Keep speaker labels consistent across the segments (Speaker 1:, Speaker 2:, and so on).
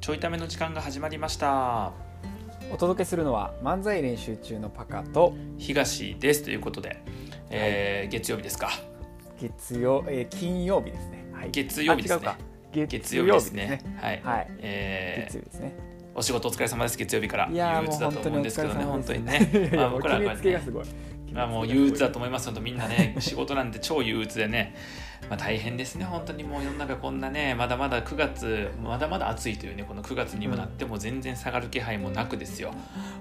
Speaker 1: ちょいための時間が始まりました
Speaker 2: お届けするのは漫才練習中のパカと
Speaker 1: 東ですということで、えー月曜日ですか
Speaker 2: 月曜、えー、金曜日ですね。はい、
Speaker 1: 月曜日ですね
Speaker 2: あ違うか月
Speaker 1: 月
Speaker 2: 曜
Speaker 1: 曜日
Speaker 2: 日で
Speaker 1: ですす
Speaker 2: ね
Speaker 1: ね。はい、
Speaker 2: はい
Speaker 1: え
Speaker 2: 月
Speaker 1: ー
Speaker 2: 曜日ですね。
Speaker 1: お仕事お疲れ様です月曜日から
Speaker 2: いや
Speaker 1: 憂
Speaker 2: ーもう
Speaker 1: 鬱だ
Speaker 2: 本
Speaker 1: と
Speaker 2: 当に
Speaker 1: 思うんで
Speaker 2: お疲れ
Speaker 1: すけどね
Speaker 2: 様
Speaker 1: 本
Speaker 2: です
Speaker 1: 当にね
Speaker 2: いやい
Speaker 1: ま
Speaker 2: や
Speaker 1: あ僕らはこう
Speaker 2: もう
Speaker 1: やって
Speaker 2: 決めつけが
Speaker 1: ね
Speaker 2: すごい。
Speaker 1: まあもう憂鬱だと思います本当みんなね 仕事なんて超憂鬱でねまあ大変ですね本当にもう世の中こんなねまだまだ9月まだまだ暑いというねこの9月にもなっても全然下がる気配もなくですよ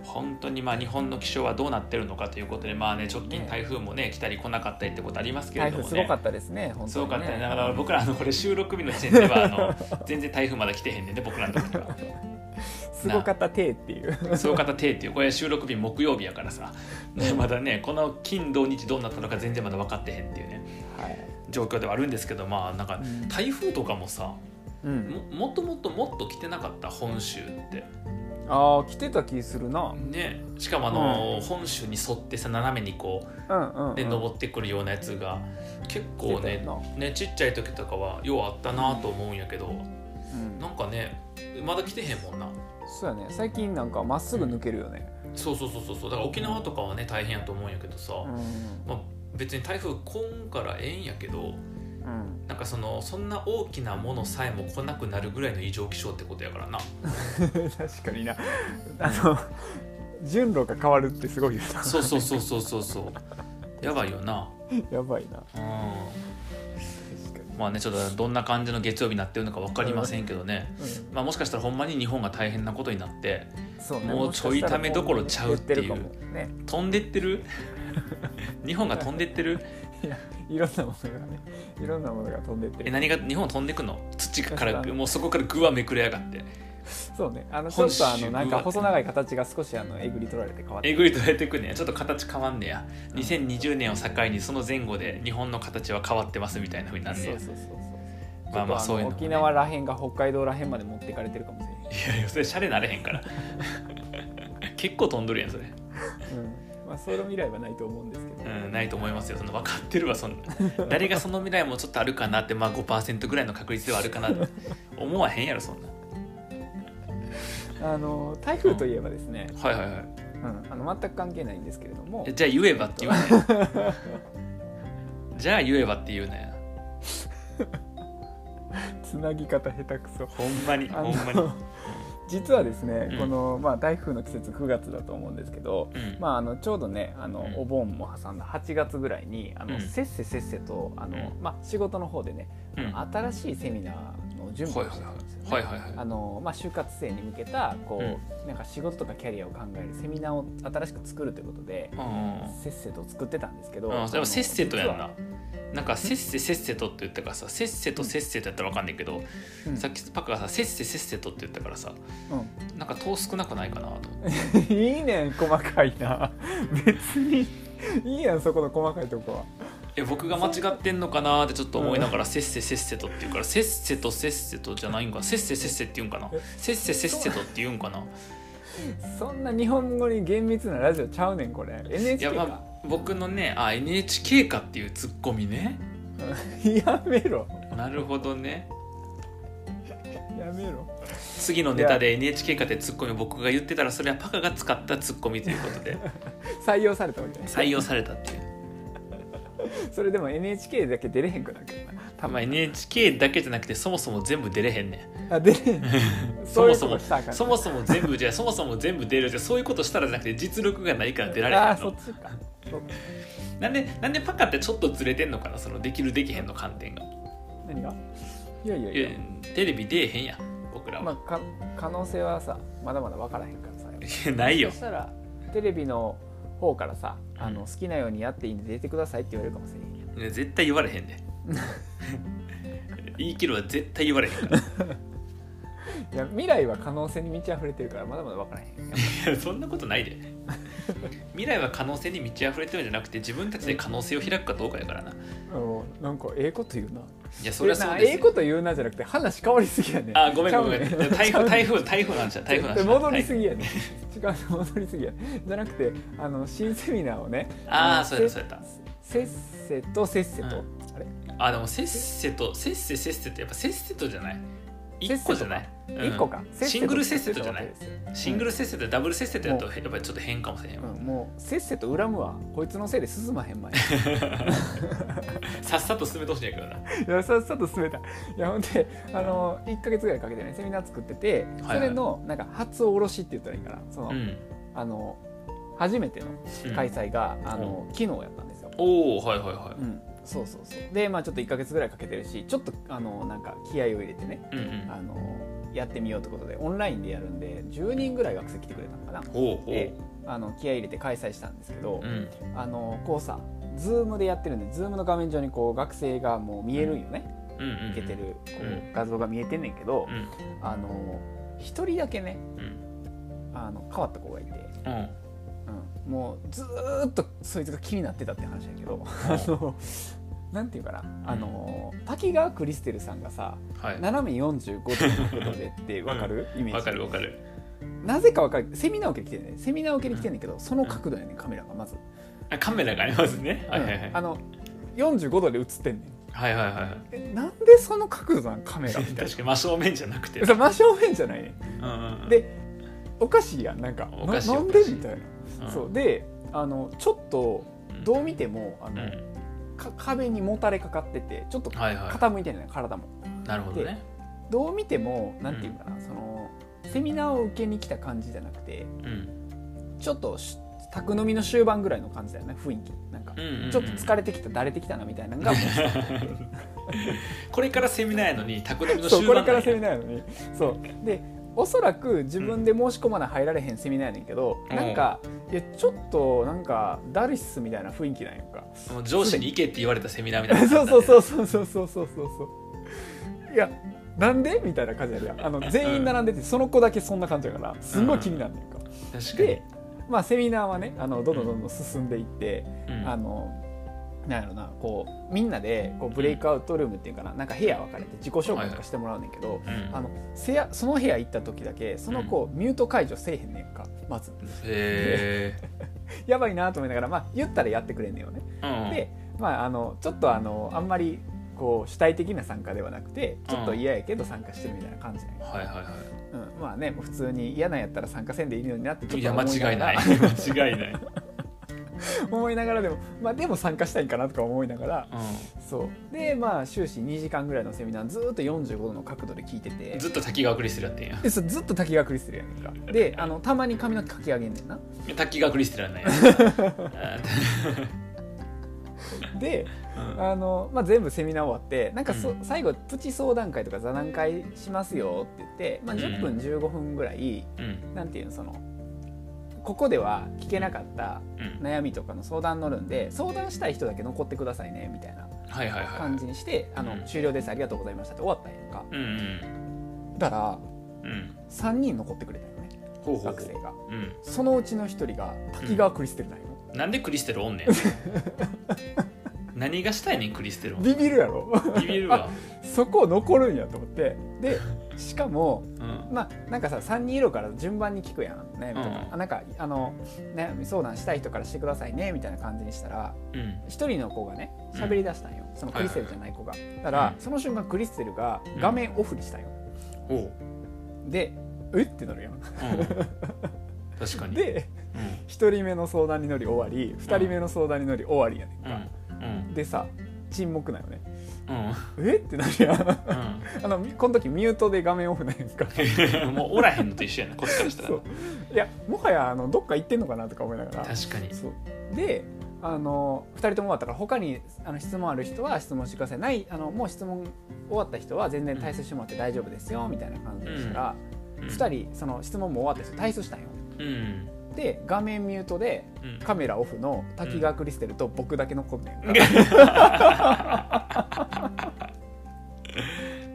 Speaker 1: 本当にまあ日本の気象はどうなってるのかということでまあね直近台風もね来たり来なかったりってことありますけれ
Speaker 2: 台
Speaker 1: ども
Speaker 2: 風
Speaker 1: ね
Speaker 2: すごかったですね。本当にね
Speaker 1: すごかったねだから僕らあのこれ収録日の時点ではあの全然台風まだ来てへんねんね僕らのとこには
Speaker 2: すごかったてっていう。
Speaker 1: そういう方手っていうこれ収録日木曜日やからさ、ね、まだねこの金土日どうなったのか全然まだ分かってへんっていうね
Speaker 2: はい。
Speaker 1: 状況ではあるんですけどまあなんか
Speaker 2: うん
Speaker 1: 台風とかもさ
Speaker 2: うん。
Speaker 1: ももっともっともっと来てなかった本州って
Speaker 2: ああ来てた気するな。
Speaker 1: ねしかもあの、本州に沿ってさ斜めにこ
Speaker 2: うんうん、う。
Speaker 1: うんで登ってくるようなやつが結構
Speaker 2: 来てた
Speaker 1: ね
Speaker 2: よ
Speaker 1: ねちっちゃい時とかはようあったなと思うんやけど
Speaker 2: な。うん。
Speaker 1: なんかねまだ来てへんもんな
Speaker 2: そうやね。最近なんかまっすぐ抜けるよね。
Speaker 1: そうそうそうそうそうだから沖縄とかはね大変やと思うんやけどさ、
Speaker 2: うん。
Speaker 1: まあ、別に台風来んからええんやけど
Speaker 2: うん。
Speaker 1: なんかそのそんな大きなものさえも来なくなるぐらいの異常気象ってことやからな
Speaker 2: 確かにな。あの順路が変わるってすごいよな。
Speaker 1: そうそうそうそうそうそうやばいよな
Speaker 2: やばいな。
Speaker 1: うん
Speaker 2: 確かに。
Speaker 1: まあねちょっとどんな感じの月曜日になってるのか分かりませんけどね、まあ、もしかしたらほんまに日本が大変なことになって
Speaker 2: うん、そうね。
Speaker 1: もうちょいためどころちゃうっていう
Speaker 2: もしかしたらもう言ってるかもね。
Speaker 1: 飛んでって る日本が飛んでってる
Speaker 2: いやいろんなものがねいろんなものが飛んでって
Speaker 1: え
Speaker 2: る
Speaker 1: 何が日本飛んでくの土からもうそこから具はめくれやがって
Speaker 2: そうねあのちょ
Speaker 1: 本
Speaker 2: っ
Speaker 1: 州
Speaker 2: とあのなんか細長い形が少しあのえぐり取られて変わって
Speaker 1: えぐりとやってくねちょっと形変わんねや2020年を境にその前後で日本の形は変わってますみたいなふうになるね
Speaker 2: そ
Speaker 1: や
Speaker 2: うそうそうそう
Speaker 1: まあまあ
Speaker 2: ちょっと
Speaker 1: そういうのもね
Speaker 2: 沖縄らへんが北海道らへんまで持ってかれてるかもし
Speaker 1: いやいやそれシャレなれへんから結構飛んどるやんそれ、
Speaker 2: れない、 うんまあ、その未来はないと思うんですけど、
Speaker 1: うん、ないと思いますよその分かってるわそんな誰がその未来もちょっとあるかなってまあ5%ぐらいの確率ではあるかなって思わへんやろそんな
Speaker 2: あの台風といえばですね、
Speaker 1: はいはいはい
Speaker 2: うん、あの全く関係ないんですけれども
Speaker 1: えじゃあ言えばって言わないじゃあ言えばって言うなよ
Speaker 2: つなぎ方下手くそ
Speaker 1: ほんまに
Speaker 2: あ
Speaker 1: ほんまに
Speaker 2: の 実はですね、
Speaker 1: うん
Speaker 2: この、まあ、台風の季節9月だと思うんですけど、
Speaker 1: うん、
Speaker 2: まあ、あのちょうどねあの、
Speaker 1: うん
Speaker 2: お盆も挟んだ8月ぐらいにあの、
Speaker 1: うん
Speaker 2: せっせせっせとあの、
Speaker 1: う
Speaker 2: まあ、仕事の方でね、
Speaker 1: うん
Speaker 2: 新しいセミナーの準備をしてたんですよね。
Speaker 1: はいはいはい
Speaker 2: あのまあ、就活生に向けたこう、なんか仕事とかキャリアを考えるセミナーを新しく作るということで、
Speaker 1: うんうん
Speaker 2: せっせと作ってたんですけど、
Speaker 1: うん、でもせっせとやん
Speaker 2: あ
Speaker 1: な
Speaker 2: の。
Speaker 1: なんかせっせせっせとって言ったからさせっせとせっせとやったらわかんないけど、
Speaker 2: 実はうん
Speaker 1: さっきパックがさせっせせっせとって言ったからさなんか遠少なくないかなと思って
Speaker 2: うん いいねん細かいな 別にいいやんそこの細かいとこは
Speaker 1: え僕が間違ってんのかなってちょっと思いながらせっせせっせとって言うからせっせとせっせとじゃないんかなせっせせっせって言うんかなせっせせっせとって言うんかな
Speaker 2: そんな日本語に厳密なラジオちゃうねんこれ
Speaker 1: い
Speaker 2: NHK
Speaker 1: や
Speaker 2: か、
Speaker 1: まあ僕のねあ NHK かっていうツッコミね
Speaker 2: やめろ
Speaker 1: なるほどね
Speaker 2: やめろ
Speaker 1: 次のネタで NHK かってツッコミを僕が言ってたらそれはパカが使ったツッコミということで
Speaker 2: 採用されたわけね
Speaker 1: 採用されたっていう
Speaker 2: それでも NHK だけ出れへんくなるけどな
Speaker 1: たま NHK だけじゃなくてそもそも全部出れへんね
Speaker 2: あ出れへん
Speaker 1: ん
Speaker 2: そ
Speaker 1: そう
Speaker 2: い
Speaker 1: も
Speaker 2: うこ
Speaker 1: そ
Speaker 2: と
Speaker 1: も
Speaker 2: したらあかん
Speaker 1: そもそも全部じゃあそもそも全部出るじゃあそういうことしたらじゃなくて実力がないから出られ
Speaker 2: あ
Speaker 1: へ
Speaker 2: あ
Speaker 1: ん
Speaker 2: そ
Speaker 1: の
Speaker 2: っちかそっち
Speaker 1: なんでなんでパカってちょっとずれてんのかなそのできるできへんの観点が
Speaker 2: 何がいやいや
Speaker 1: い
Speaker 2: い
Speaker 1: や
Speaker 2: や
Speaker 1: テレビ出えへんやん僕らは、
Speaker 2: まあか可能性はさまだまだ分からへんからさ
Speaker 1: いや ないよ
Speaker 2: そしたらテレビの方からさあの
Speaker 1: うん
Speaker 2: 好きなようにやっていいんで出てくださいって言われるかもしれへんやん
Speaker 1: いや絶対言われへん で言い切るは絶対言われへんからい
Speaker 2: いや未来は可能性に満ち溢れてるからまだまだ分からへん
Speaker 1: やそんなことないで未来は可能性に満ち溢れてるんじゃなくて自分たちで可能性を開くかどうかやからな
Speaker 2: うんなんかええこと言うない
Speaker 1: やそれはそう
Speaker 2: な
Speaker 1: です
Speaker 2: え
Speaker 1: よ
Speaker 2: えこと言うなじゃなくて話変わりすぎやね
Speaker 1: あごめんごめん
Speaker 2: ち
Speaker 1: ご
Speaker 2: ゃう
Speaker 1: め
Speaker 2: ね
Speaker 1: ん台風台風台風なんじゃ台風なんじゃ
Speaker 2: 戻りすぎやね違う戻りすぎやじゃなくてあの新セミナーをね
Speaker 1: あー
Speaker 2: の
Speaker 1: そうやったそうやった
Speaker 2: せせっせとせっせと、
Speaker 1: う
Speaker 2: あれ
Speaker 1: あでもせっせとせっせせっせってやっぱせっせとじゃない
Speaker 2: せ
Speaker 1: 一
Speaker 2: っせと
Speaker 1: 個
Speaker 2: か
Speaker 1: じゃないうん
Speaker 2: 一個か、せっせ
Speaker 1: シ
Speaker 2: と
Speaker 1: ングルせっせとじゃない
Speaker 2: 作ってたわけですよ
Speaker 1: シングルせっせとダブルせっせとやとやっぱりちょっと変かもしれんわ、
Speaker 2: うん、もうせっせと恨むわこいつのせいで進まへんまい
Speaker 1: さっさと進めてほしいんやけどな、
Speaker 2: いやさっさと進めたいやほんであの1か月ぐらいかけてねセミナー作っててそ
Speaker 1: はいはい
Speaker 2: れのなんか初おろしって言ったらいいかなその、
Speaker 1: うん
Speaker 2: あの初めての
Speaker 1: うん
Speaker 2: 開催が、あの昨日やったんですよ、
Speaker 1: おおはいはいは
Speaker 2: うん、そうそうそうでまあちょっと1か月ぐらいかけてるしちょっとあのなんか気合を入れてね
Speaker 1: い、うんうん
Speaker 2: あのやってみようってことでオンラインでやるんで10人ぐらい学生来てくれたのかな
Speaker 1: ほうほ
Speaker 2: で
Speaker 1: う
Speaker 2: あの気合い入れて開催したんですけど、
Speaker 1: うん
Speaker 2: あのこうさ Zoom でやってるんで Zoom の画面上にこう学生がもう見えるんよね
Speaker 1: うんうんうん
Speaker 2: いけてるこう
Speaker 1: うん
Speaker 2: 画像が見えてんねんけど
Speaker 1: うん
Speaker 2: あの一人だけね
Speaker 1: うん
Speaker 2: あの変わった子がいて、
Speaker 1: うん
Speaker 2: うん、もうずーっとそいつが気になってたって話やけどあのなんていうかなあの滝川クリステルさんがさ
Speaker 1: はい
Speaker 2: 斜め45度の角度でってわかる、イメージ
Speaker 1: わかるわかる
Speaker 2: なぜかわかるセミナー受けに来てんねセミナー受けに来てんねんけどその角度やねんカメラがまず、
Speaker 1: あカメラがありますねはいはいは
Speaker 2: う
Speaker 1: い
Speaker 2: んあの45度で映ってんねん
Speaker 1: はいはいはい
Speaker 2: えなんでその角度なんカメラみ
Speaker 1: 確
Speaker 2: た
Speaker 1: かに
Speaker 2: い
Speaker 1: 真正面じゃなくて
Speaker 2: なそう真正面じゃないね
Speaker 1: うんうんうん
Speaker 2: でおかしいやんなんか
Speaker 1: おかしい
Speaker 2: ななん
Speaker 1: お
Speaker 2: で
Speaker 1: かしい
Speaker 2: みたいな、
Speaker 1: うん
Speaker 2: そうであのちょっとどう見てもあ
Speaker 1: うん
Speaker 2: の、
Speaker 1: うん
Speaker 2: か壁にもたれかかっててちょっと
Speaker 1: はいは
Speaker 2: 傾いてるね体も
Speaker 1: いなるほどね
Speaker 2: どう見てもなんていうかな、そのセミナーを受けに来た感じじゃなくて
Speaker 1: うん
Speaker 2: ちょっとし宅飲みの終盤ぐらいの感じだよね雰囲気なんか、
Speaker 1: うんうんうん
Speaker 2: ちょっと疲れてきただれてきたなみたいなの が
Speaker 1: これからセミナーやのに宅飲みの
Speaker 2: そう
Speaker 1: 終
Speaker 2: これ
Speaker 1: 盤
Speaker 2: からセミ
Speaker 1: ミ
Speaker 2: ナーやのにそうでおそらく自分で申し込まな入られへんセミナーやねんけど、
Speaker 1: うん
Speaker 2: なんかいやちょっとなんかダルシスみたいな雰囲気なんやんか
Speaker 1: ナー上司に行けって言われたセミナーみたいな
Speaker 2: そうそう
Speaker 1: う
Speaker 2: そうそうそうそうそうそうそういやなんでみたいな感じやるやんあの全員並んでてその子だけそんな感じやからすんごい気になんねんか、
Speaker 1: 確かに
Speaker 2: でまあセミナーはねあのどんどんどんどん進んでいって、
Speaker 1: うん
Speaker 2: あのなんやろなこうみんなでこうブレイクアウトルームっていうかななんか部屋分かれて自己紹介とかしてもらうねんけど、
Speaker 1: うん
Speaker 2: あのせやその部屋行った時だけその子、ミュート解除せえへんねんかまず
Speaker 1: へえ
Speaker 2: やばいなと思いながらまあ言ったらやってくれんねんよね。
Speaker 1: うん
Speaker 2: でまああのちょっとあのあんまりこう主体的な参加ではなくてちょっと嫌やけど参加してるみたいな感じなんや、
Speaker 1: はいはいは
Speaker 2: うん、まあね普通に嫌なんやったら参加せんでいいのになってち
Speaker 1: い
Speaker 2: ょっ
Speaker 1: い
Speaker 2: と
Speaker 1: や
Speaker 2: 思
Speaker 1: 間
Speaker 2: いながら
Speaker 1: 違いない 間違いないうん
Speaker 2: 思いながらでもまあでも参加したいんかなとか思いながらそうでまあ終始2時間ぐらいのセミナーずーっと45度の角度で聞いてて
Speaker 1: ずっと滝川クリステルやってんや
Speaker 2: でそうずっと滝川クリステルやねんかであのたまに髪の毛かき上げんねんな
Speaker 1: 滝川クリステルやんない や
Speaker 2: で
Speaker 1: うん
Speaker 2: あの、まあ、全部セミナー終わってなんかそ、
Speaker 1: うん
Speaker 2: 最後プチ相談会とか座談会しますよって言って、まあ、
Speaker 1: うん
Speaker 2: 10分15分ぐらい、
Speaker 1: うん
Speaker 2: なんていうのそのここでは聞けなかった
Speaker 1: うん
Speaker 2: 悩みとかの相談乗るんで相談したい人だけ残ってくださいねみたいな
Speaker 1: はいはいはい
Speaker 2: 感じにして、あの
Speaker 1: うん
Speaker 2: 終了ですありがとうございましたって終わったんやんか
Speaker 1: うん
Speaker 2: だから
Speaker 1: うんうん
Speaker 2: 3人残ってくれたよね
Speaker 1: ほうほう
Speaker 2: 学
Speaker 1: ほ
Speaker 2: 生が
Speaker 1: ううん
Speaker 2: そのうちの1人が滝川クリステルなんよ、
Speaker 1: なんでクリステルお んねん何がしたいねんクリステルは
Speaker 2: ビビるやろ
Speaker 1: ビビるわ
Speaker 2: そこ残るんやと思ってでしかも
Speaker 1: うん
Speaker 2: まあなんかさ3人いるから順番に聞くやん悩みとか、
Speaker 1: うん
Speaker 2: あなんかあの悩み相談したい人からしてくださいねみたいな感じにしたら
Speaker 1: うん
Speaker 2: 1人の子がね喋り出したんよ、そのクリステルじゃない子が、だか
Speaker 1: う
Speaker 2: ら
Speaker 1: ん
Speaker 2: その瞬間クリステルが画面オフにしたんよ、
Speaker 1: ほう
Speaker 2: でうってなるやん
Speaker 1: うん確かに
Speaker 2: で
Speaker 1: うん
Speaker 2: 1人目の相談に乗り終わり2人目の相談に乗り終わりやねん
Speaker 1: う
Speaker 2: か
Speaker 1: ん、うん
Speaker 2: でさ沈黙なよね
Speaker 1: うん
Speaker 2: えってなるやん
Speaker 1: う
Speaker 2: あのみこの時ミュートで画面オフなんやんか
Speaker 1: ん もうおらへんのと一緒やなこっちからしたら
Speaker 2: そういやもはやあのどっか行ってんのかなとか思いながら
Speaker 1: 確かに
Speaker 2: そうであの2人とも終わったから他にあの質問ある人は質問してくださいないあのもう質問終わった人は全然退出してもらって大丈夫ですよみたいな感じでしたら、
Speaker 1: うん
Speaker 2: 2人その質問も終わった人退出したんよ
Speaker 1: うん
Speaker 2: で画面ミュートで
Speaker 1: うん
Speaker 2: カメラオフの滝川クリステルと僕だけ残んねんか、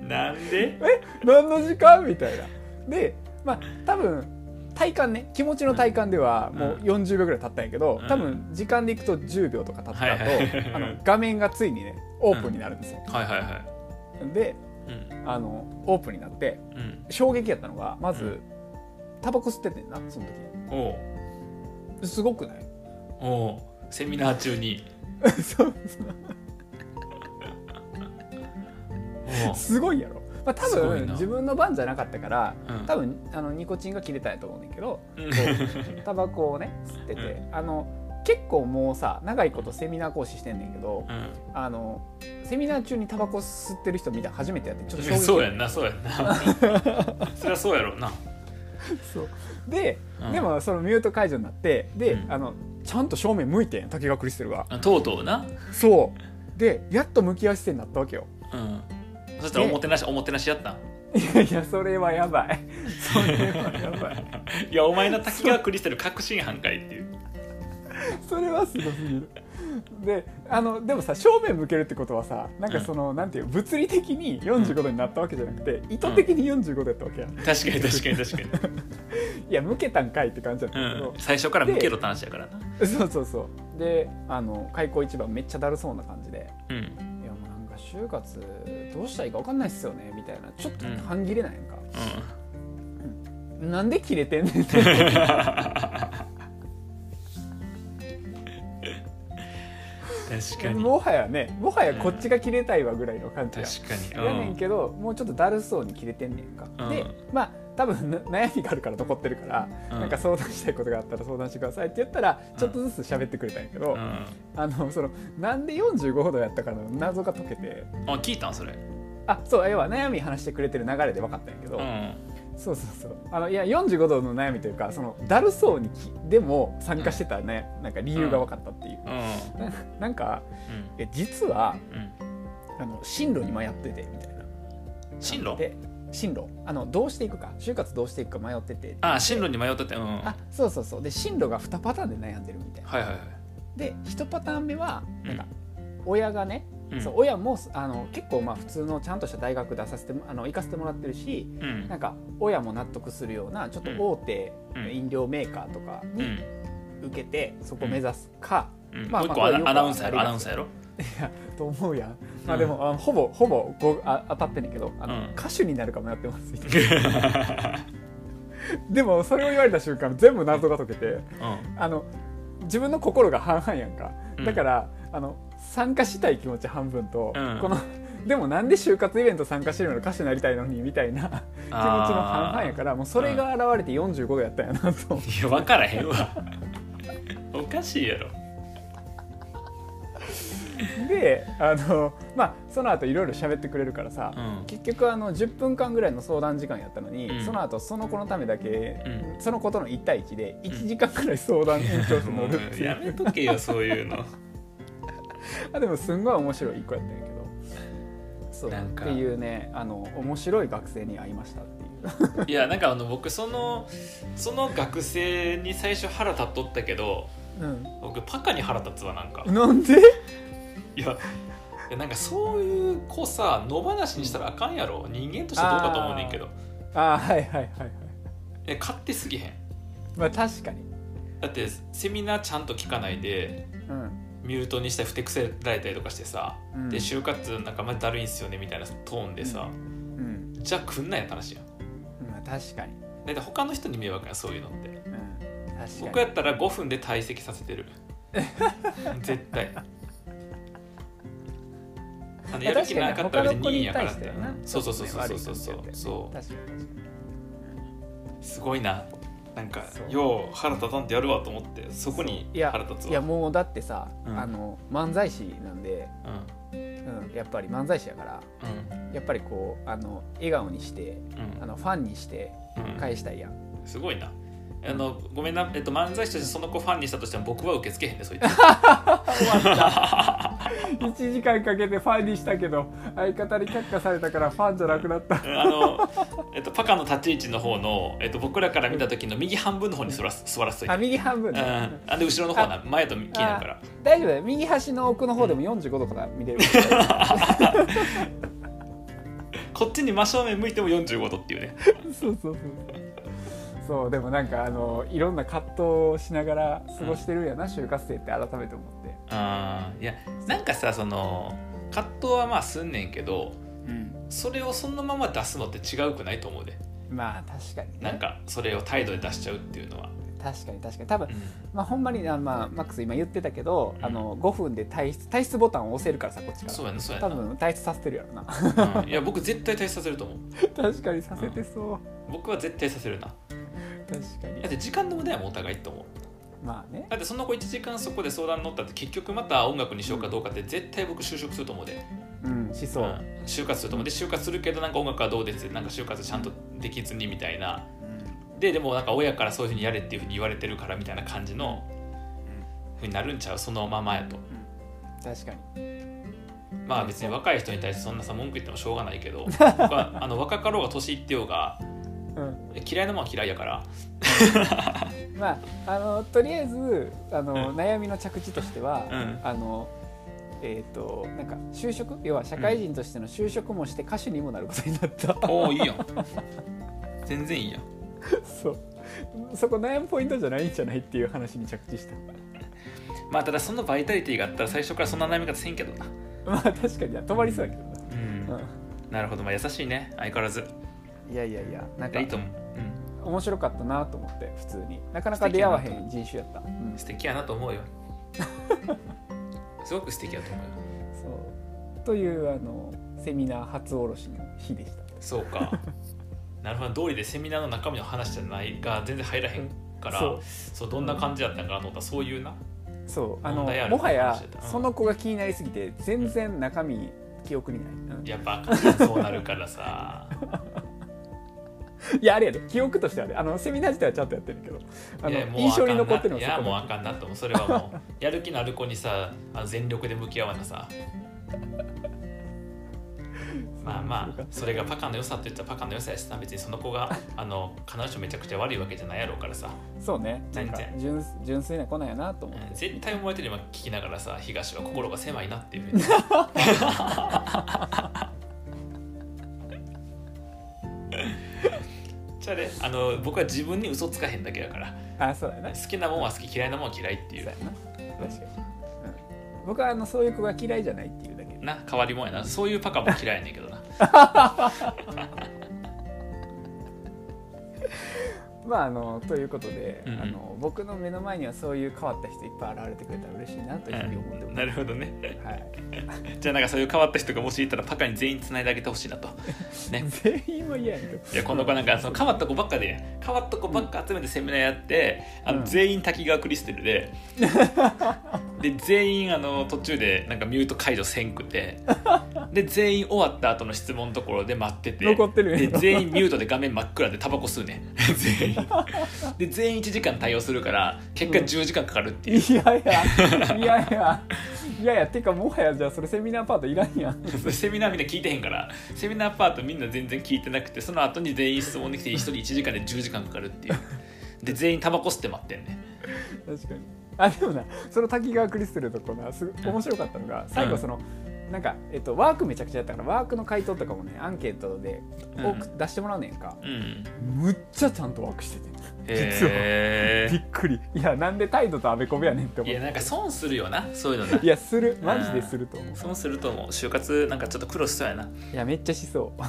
Speaker 1: なんで
Speaker 2: 何の時間みたいなでまあ多分体感ね気持ちの体感では
Speaker 1: うん
Speaker 2: もう40秒ぐらい経ったんやけど、
Speaker 1: うん
Speaker 2: 多分時間でいくと10秒とか経った後、
Speaker 1: はいはい
Speaker 2: あの画面がついにねオープンになるんですよ、
Speaker 1: はいはいはい
Speaker 2: で
Speaker 1: うん
Speaker 2: あのオープンになって
Speaker 1: うん
Speaker 2: 衝撃やったのがまず、
Speaker 1: うん
Speaker 2: タバコ吸っててんなその
Speaker 1: おう
Speaker 2: 時すごくない
Speaker 1: おうセミナー中 に
Speaker 2: そうそう
Speaker 1: おう
Speaker 2: すごいやろまあ、多
Speaker 1: すごい
Speaker 2: 分
Speaker 1: な
Speaker 2: 自分の番じゃなかったから
Speaker 1: うん
Speaker 2: 多分あのニコチンが切れたんやと思うねんだけど
Speaker 1: うん
Speaker 2: こうタバコをね吸っててあの結構もうさ長いことセミナー講師してんねんけど
Speaker 1: うん
Speaker 2: あのセミナー中にタバコ吸ってる人見た初めてやってちょっと衝撃
Speaker 1: そうやんなそうやんなそりゃそうやろうな、
Speaker 2: そうで、
Speaker 1: うん
Speaker 2: でもそのミュート解除になってで、
Speaker 1: うん
Speaker 2: あのちゃんと正面向いてん滝川クリステルが
Speaker 1: あとうとうな、
Speaker 2: そうでやっと向き合う姿勢になったわけよ
Speaker 1: うん、そしたらおもてなしおもてなしやったん
Speaker 2: いやいやそれはやば いそれはやばい
Speaker 1: いやお前の滝川クリスタル確信犯かいっていう
Speaker 2: それはすごすぎるであのでもさ正面向けるってことはさなんかその、なんていう物理的に45度になったわけじゃなくて意図的に45度やったわけや、
Speaker 1: 確かに確かに確かに、
Speaker 2: いや向けたんかいって感じだった
Speaker 1: うん
Speaker 2: だけど
Speaker 1: ん、、最初から向けろって話やからな
Speaker 2: そうそうそうであの開口一番めっちゃだるそうな感じで
Speaker 1: うん
Speaker 2: いやもうなんか就活どうしたらいいか分かんないっすよねみたいなちょっと
Speaker 1: うん
Speaker 2: 半切れないんか、
Speaker 1: うん
Speaker 2: なんで切れてんねんって
Speaker 1: 確かに
Speaker 2: もはやねもはやこっちが切れたいわぐらいの感じや,、
Speaker 1: 確かに
Speaker 2: やねんけどもうちょっとだるそうに切れてんねんか、
Speaker 1: うん
Speaker 2: でまあ多分な悩みがあるから残ってるから、
Speaker 1: うん
Speaker 2: なんか相談したいことがあったら相談してくださいって言ったらちょっとずつ喋ってくれたんやけど、
Speaker 1: うん、うん
Speaker 2: あのそのなんで45度やったかの謎が解けて
Speaker 1: あ聞いたんそれ
Speaker 2: あそう要は悩み話してくれてる流れで分かったんやけど、
Speaker 1: うん
Speaker 2: そうそうそうあのいや45度の悩みというかそのだるそうにきでも参加してたね、なんか理由が分かったっていう、
Speaker 1: うん
Speaker 2: ななんか
Speaker 1: うん
Speaker 2: いや実は
Speaker 1: うん
Speaker 2: あの進路に迷っててみたいな
Speaker 1: 進路
Speaker 2: で進路あのどうしていくか就活どうしていくか迷ってて
Speaker 1: あ進路に迷ったってうん
Speaker 2: あ
Speaker 1: は
Speaker 2: そうそうそうで進路が2パターンで悩んでるみた
Speaker 1: い
Speaker 2: いな
Speaker 1: はいはい
Speaker 2: で1パターン目は
Speaker 1: うん
Speaker 2: なんか親がね、
Speaker 1: うん
Speaker 2: そう親もあの結構まあ普通のちゃんとした大学出させてもあの行かせてもらってるし
Speaker 1: うん
Speaker 2: なんか親も納得するようなちょっと大手
Speaker 1: うん
Speaker 2: 飲料メーカーとか
Speaker 1: う
Speaker 2: に
Speaker 1: ん
Speaker 2: 受けてそこ目指すか、
Speaker 1: うん
Speaker 2: まあ
Speaker 1: もう一
Speaker 2: ま
Speaker 1: 個
Speaker 2: あ
Speaker 1: アナ
Speaker 2: まあ
Speaker 1: アナウンサーやろ
Speaker 2: あ
Speaker 1: ア
Speaker 2: り
Speaker 1: ナウ
Speaker 2: ま
Speaker 1: ン
Speaker 2: す
Speaker 1: サーやろ
Speaker 2: と思うやん、ま
Speaker 1: う
Speaker 2: あ
Speaker 1: ん
Speaker 2: でもあほぼほぼごあ当たってんねんけどあの、
Speaker 1: うん
Speaker 2: 歌手になるか迷ってますみ たいなでもそれを言われた瞬間全部謎が解けて
Speaker 1: うん
Speaker 2: あの自分の心が半々やんか
Speaker 1: うん
Speaker 2: だから、あの参加したい気持ち半分と、
Speaker 1: うん
Speaker 2: この でもなんで就活イベント参加してるのに歌手になりたいのにみたいな気持ちの半々やからもうそれが現れて45度やったんやなと、
Speaker 1: いや分からへん わおかしいやろ
Speaker 2: であのまあその後いろいろ喋ってくれるからさ、
Speaker 1: うん
Speaker 2: 結局あの10分間ぐらいの相談時間やったのに、
Speaker 1: うん
Speaker 2: その後その子のためだけ、
Speaker 1: う
Speaker 2: そのことの1対1で1時間ぐらい相談延長して乗る
Speaker 1: も
Speaker 2: って
Speaker 1: う
Speaker 2: い
Speaker 1: や
Speaker 2: う
Speaker 1: めとけよそういうの
Speaker 2: あでもすんごい面白い1個やったんやけどそう
Speaker 1: なんか
Speaker 2: っていうねあの面白い学生に会いましたっていう
Speaker 1: いやなんかあの僕そのその学生に最初腹立っとったけど、僕パカに腹立つわなんか
Speaker 2: うん、なんで
Speaker 1: いやいやなんかそういう子さ野放しにしたらあかんやろ人間としてどうかと思うねんけど
Speaker 2: あーはいはいはいはい
Speaker 1: え勝手すぎへん
Speaker 2: まあ確かに
Speaker 1: だってセミナーちゃんと聞かないで
Speaker 2: うん
Speaker 1: ミュートにしたりふてくせられたりとかしてさ、
Speaker 2: うん
Speaker 1: で就活なんかまだるいんすよねみたいなトーンでさ、
Speaker 2: うん
Speaker 1: じゃあ来んなやった話やん
Speaker 2: まあ確かに、
Speaker 1: だって他の人に迷惑やんそういうのって
Speaker 2: うん、確
Speaker 1: 僕
Speaker 2: か
Speaker 1: やったら5分で退席させ てる絶対あの
Speaker 2: に
Speaker 1: やる気なかったら別に
Speaker 2: 他の子
Speaker 1: いいん
Speaker 2: に
Speaker 1: やから
Speaker 2: 対
Speaker 1: っ
Speaker 2: して
Speaker 1: て
Speaker 2: やな
Speaker 1: そうそうそう
Speaker 2: ち
Speaker 1: そ
Speaker 2: ょ
Speaker 1: う
Speaker 2: っと
Speaker 1: そ
Speaker 2: ね
Speaker 1: うそうそう
Speaker 2: 悪い
Speaker 1: そうす
Speaker 2: 感じだったよね確かに確かに
Speaker 1: ごいななんか
Speaker 2: そう
Speaker 1: よう腹立たんってやるわと思ってそこに
Speaker 2: いや
Speaker 1: 腹立つ
Speaker 2: いや
Speaker 1: わ
Speaker 2: もうだってさ、
Speaker 1: うん
Speaker 2: あの漫才師なんで、
Speaker 1: うん
Speaker 2: うん、やっぱり漫才師やからやっぱりこうあの笑顔にして
Speaker 1: うん
Speaker 2: あのファンにして
Speaker 1: うん
Speaker 2: 返したいやん、
Speaker 1: すごいなあのごめんな、えっと、漫才師としてその子ファンにしたとしても僕は受け付けへんで そう言って
Speaker 2: 1時間かけてファンにしたけど相方に却下されたからファンじゃなくなった
Speaker 1: あの、えっと、パカの立ち位置の方の、えっと、僕らから見た時の右半分の方に座らす座らせといて
Speaker 2: あ右半分
Speaker 1: うん、
Speaker 2: ね、
Speaker 1: あで後ろの方な前と気になるから
Speaker 2: 大丈夫だよ右端の奥の方でも45度から見れ るから
Speaker 1: こっちに真正面向いても45度っていうね
Speaker 2: そうそうそうそうでもなんかあのいろんな葛藤をしながら過ごしてるんやな、就活生って改めて思って
Speaker 1: あーいやなんかさその葛藤はまあすんねんけど
Speaker 2: うん
Speaker 1: それをそのまま出すのって違うくないと思うで
Speaker 2: まあ確かにね
Speaker 1: なんかそれを態度で出しちゃうっていうのは
Speaker 2: 確かに確かに多分、
Speaker 1: うん
Speaker 2: まあ、ほんまにあの、まあ、マックス今言ってたけど、
Speaker 1: うん
Speaker 2: あの5分で退出退出ボタンを押せるからさこっちから
Speaker 1: そうやなそうや
Speaker 2: 多
Speaker 1: な
Speaker 2: 分退出させてるやろな
Speaker 1: うんいや僕絶対退出させると思う
Speaker 2: 確かにさせてそう、
Speaker 1: 僕は絶対させるな
Speaker 2: 確かに
Speaker 1: だって時間の無駄やもんお互いって思う
Speaker 2: まあね
Speaker 1: だってその後1時間そこで相談乗ったって結局また音楽にしようかどうかって絶対僕就職すると思うで
Speaker 2: うんしそう、
Speaker 1: ん就活すると思うで就活するけどなんか音楽はどうですなんか就活ちゃんとできずにみたいなででもなんか親からそういうふうにやれっていうふうに言われてるからみたいな感じのふうになるんちゃうそのままやと
Speaker 2: 確かに
Speaker 1: まあ別に若い人に対してそんなさ文句言ってもしょうがないけ ど僕はあの若かろうが年いってようが
Speaker 2: うん
Speaker 1: 嫌いなもんは嫌いやから
Speaker 2: まああのとりあえずあの、
Speaker 1: うん
Speaker 2: 悩みの着地としては、
Speaker 1: うん
Speaker 2: あのえっ、となんか就職要は社会人としての就職もして歌手にもなることになった、
Speaker 1: おおいいやん全然いいやん
Speaker 2: そうそこ悩むポイントじゃないんじゃないっていう話に着地した
Speaker 1: まあただそのバイタリティがあったら最初からそんな悩み方せんけどな
Speaker 2: まあ確かにな止まりそうやけど
Speaker 1: う
Speaker 2: な、
Speaker 1: んなるほどまあ優しいね相変わらず
Speaker 2: うん、いやいやいやなんか
Speaker 1: いいと思う、
Speaker 2: 面白かったなと思って普通になかなか出会わへん人種やった、うん
Speaker 1: うん、素敵やなと思うよすごく素敵やと思うよ
Speaker 2: そうというあのセミナー初卸しの日でした
Speaker 1: そうかなるほど道理でセミナーの中身の話じゃないが全然入らへんから、
Speaker 2: そう
Speaker 1: そうどんな感じだったんかなと思ったらそういうな
Speaker 2: そうあの
Speaker 1: 問題ある
Speaker 2: もはや
Speaker 1: 話だうん
Speaker 2: その子が気になりすぎて全然中身記憶にない、うんい
Speaker 1: やっぱそうなるからさ
Speaker 2: やあれやで記憶としてはねあのセミナー自体はちゃんとやってるけど あ
Speaker 1: いやも
Speaker 2: の
Speaker 1: う
Speaker 2: 印象に残っ
Speaker 1: あか
Speaker 2: てる
Speaker 1: んない
Speaker 2: の
Speaker 1: やもう
Speaker 2: は
Speaker 1: あかんなと思うそれはもうやる気のある子にさあの全力で向き合わなさまあまあそれがパカの良さって言ったらパカの良さやしさ別にその子があの必ずしもめちゃくちゃ悪いわけじゃないやろうからさ、
Speaker 2: そこそうねなんか
Speaker 1: 全然
Speaker 2: 純純粋な子なんやなと思っ
Speaker 1: うん
Speaker 2: て
Speaker 1: 絶対思われてる今聞きながらさ東は心が狭いなっていうふうにじゃあねあの僕は自分に嘘つかへんだけだから
Speaker 2: あそうやな
Speaker 1: 好きなもんは好き嫌いなもんは嫌いってい
Speaker 2: そう
Speaker 1: う
Speaker 2: やな確かに、うん、僕はあのそういう子が嫌いじゃないっていうだけで
Speaker 1: な変わりもんやなそういうパカも嫌いやねんけどな
Speaker 2: まああのということで、
Speaker 1: うんうん
Speaker 2: あの僕の目の前にはそういう変わった人いっぱい現れてくれたら嬉しいなというふうに思ってます、
Speaker 1: なるほどね
Speaker 2: はい、
Speaker 1: じゃあなんかそういう変わった人がもしいたらパカに全員つないであげてほしいなとね
Speaker 2: 全員は嫌やけど
Speaker 1: いやこの子なんかその変わった子ばっかで変わった子ばっか集めてセミナーやってあ
Speaker 2: う
Speaker 1: の
Speaker 2: ん
Speaker 1: 全員滝川クリステル でで全員あの途中でなんかミュート解除せんくてで全員終わった後の質問のところで待ってて
Speaker 2: 残ってる
Speaker 1: で全員ミュートで画面真っ暗でタバコ吸うね 全員で全員1時間対応するから結果
Speaker 2: うん
Speaker 1: 10時間かかるっていう、
Speaker 2: いやいやいやいやいやいやてかもはやじゃあそれセミナーパートいらんやん
Speaker 1: セミナーみんな聞いてへんからセミナーパートみんな全然聞いてなくてその後に全員質問できて1人1時間で10時間かかるっていうで全員タバコ吸って待ってんね
Speaker 2: 確かにあでもなその滝川クリステルとこなすご面白かったのが最後その、なんか、えっと、ワークめちゃくちゃやったからワークの回答とかもねアンケートで多く出してもらうねんか、
Speaker 1: うん
Speaker 2: むっちゃちゃんとワークしてて実は
Speaker 1: へ
Speaker 2: びっくりいやなんで態度とあべこべやねんっ
Speaker 1: ー
Speaker 2: て思
Speaker 1: い
Speaker 2: っ
Speaker 1: や
Speaker 2: て
Speaker 1: なんか損するよなそういうのない
Speaker 2: やするマジですると思う
Speaker 1: 損すると思う就活なんかちょっと苦労しそうやな、うん、
Speaker 2: いやめっちゃしそう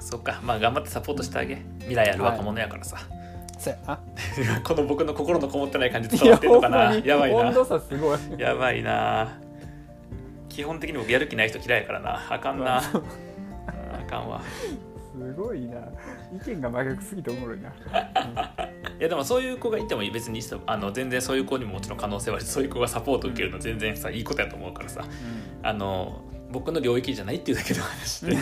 Speaker 1: そっかまあ頑張ってサポートしてあげ未来ある若者やからさ、
Speaker 2: そやな
Speaker 1: この僕の心のこもってない感じ
Speaker 2: い
Speaker 1: 伝わ
Speaker 2: や
Speaker 1: ってる
Speaker 2: ほ
Speaker 1: のか
Speaker 2: んま
Speaker 1: な
Speaker 2: に
Speaker 1: やばい
Speaker 2: 温度
Speaker 1: な
Speaker 2: 差すごい
Speaker 1: やばいな基本的に僕やる気ない人嫌いやからなあかんなうんあかんわ
Speaker 2: すごいな意見が真逆すぎておもろいな、
Speaker 1: いやでもそういう子がいても別にいい人あの全然そういう子にももちろん可能性はあるしそういう子がサポート受けるの全然さいいことやと思うからさあの僕の領域じゃないっていうだけの話 で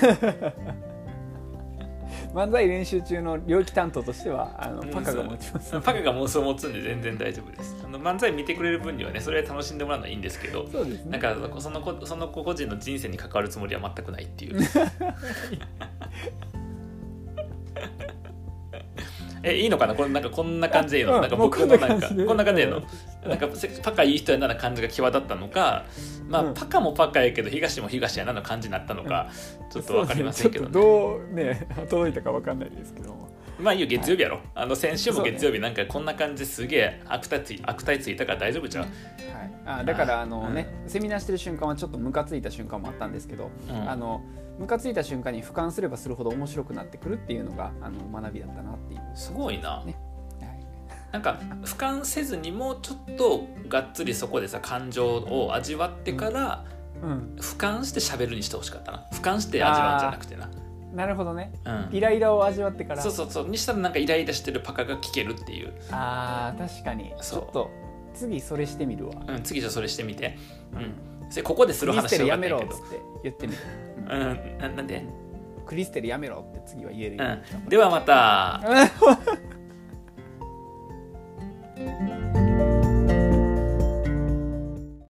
Speaker 2: 漫才練習中の領域担当としてはあの
Speaker 1: うん
Speaker 2: パカが持ちます、
Speaker 1: パカが妄想を持つんで全然大丈夫ですあの漫才見てくれる分にはねそれは楽しんでもらうのはいいんですけど
Speaker 2: そうです
Speaker 1: なん
Speaker 2: ね
Speaker 1: かその子その子個人の人生に関わるつもりは全くないって いうえいいのかなこれなんかこんな感じでいいの、
Speaker 2: うん
Speaker 1: なんか
Speaker 2: もう
Speaker 1: 僕
Speaker 2: こん
Speaker 1: の
Speaker 2: な
Speaker 1: なん
Speaker 2: 感
Speaker 1: か
Speaker 2: じで
Speaker 1: こんな感じでいいのなんかせパカいい人やなな感じが際立ったのかまあ、
Speaker 2: うん
Speaker 1: パカもパカやけど東も東やなの感じになったのか、ちょっと分かりませんけど
Speaker 2: そう
Speaker 1: ね
Speaker 2: ですねちょっとどうね届いたかわかんないですけども
Speaker 1: まあいいよ月曜日やろ、あの先週も月曜日なんかこんな感じですげえ悪態つい悪態ついたから大丈夫じゃん、
Speaker 2: はい、あだからあの、ねセミナーしてる瞬間はちょっとムカついた瞬間もあったんですけど、
Speaker 1: うん
Speaker 2: あのムカついた瞬間に俯瞰すればするほど面白くなってくるっていうのがあの学びだったなっていう、
Speaker 1: すごいな
Speaker 2: ねはい
Speaker 1: なんか俯瞰せずにもうちょっとがっつりそこでさ感情を味わってから
Speaker 2: うん、
Speaker 1: 俯瞰して喋るにしてほしかったな俯瞰して味わうんじゃなくて
Speaker 2: なるほどね
Speaker 1: な
Speaker 2: イライラを味わってか
Speaker 1: うん
Speaker 2: ら
Speaker 1: そうそうそうにしたらなんかイライラしてるパカが聞けるっていう、
Speaker 2: あー確かにち
Speaker 1: そう
Speaker 2: ょっと次それしてみるわ
Speaker 1: うん、次じゃあそれしてみて、うん、それここでする
Speaker 2: クリス
Speaker 1: 話
Speaker 2: テ
Speaker 1: は
Speaker 2: ル
Speaker 1: よか
Speaker 2: や
Speaker 1: ったんやけ
Speaker 2: めろっつっ
Speaker 1: ど
Speaker 2: て言ってみる
Speaker 1: うんななんで、
Speaker 2: クリステルやめろって次は言えるよ
Speaker 1: うん、ではまた
Speaker 2: うに